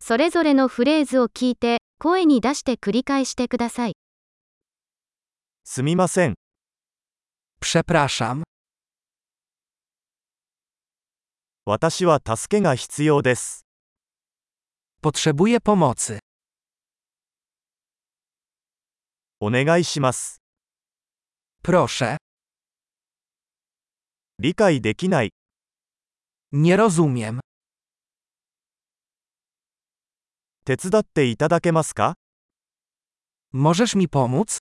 それぞれのフレーズを聞いて、声に出して繰り返してください。すみません。 Przepraszam, 私は助けが必要です。 potrzebuję pomocy. お願いします。 Proszę, 理解できない。 nie rozumiem. 手伝っていただけますか Możesz mi pomóc?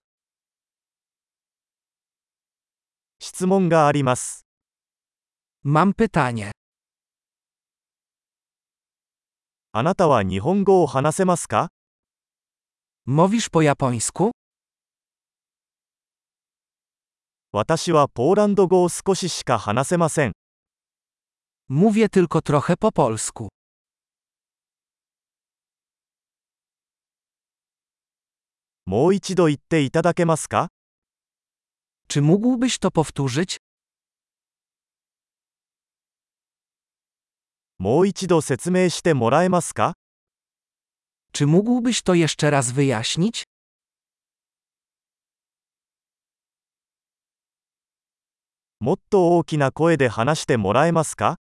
質問があります。 Mam pytanie. あなたは日本語を話せますか Mówisz po japońsku? 私はポーランド語を少ししか話せません。 Mówię tylko trochę po polsku. もう一度言っていただけますか Czy mógłbyś to powtórzyć? もう一度説明してもらえますか Czy mógłbyś to jeszcze raz wyjaśnić? もっと大きな声で話してもらえますか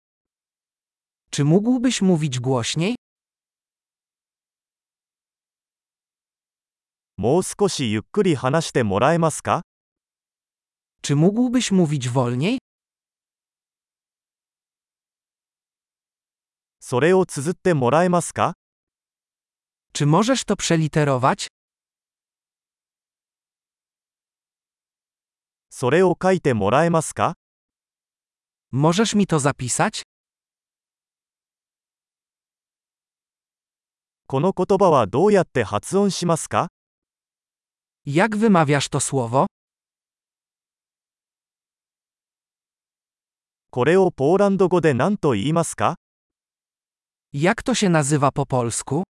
Czy mógłbyś mówić głośniej? もう少しゆっくり話してもらえますか Czy mógłbyś mówić wolniej? それを綴ってもらえますか Czy możesz to przeliterować? それを書いてもらえますか Możesz mi to zapisać? この言葉はどうやって発音しますか Jak wymawiasz to słowo? これをポーランド語で何と言いますか Jak to się nazywa po polsku?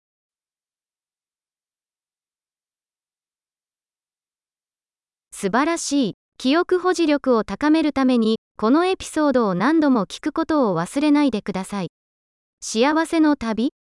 素晴らしい。記憶保持力を高めるために、このエピソードを何度も聞くことを忘れないでください。幸せの旅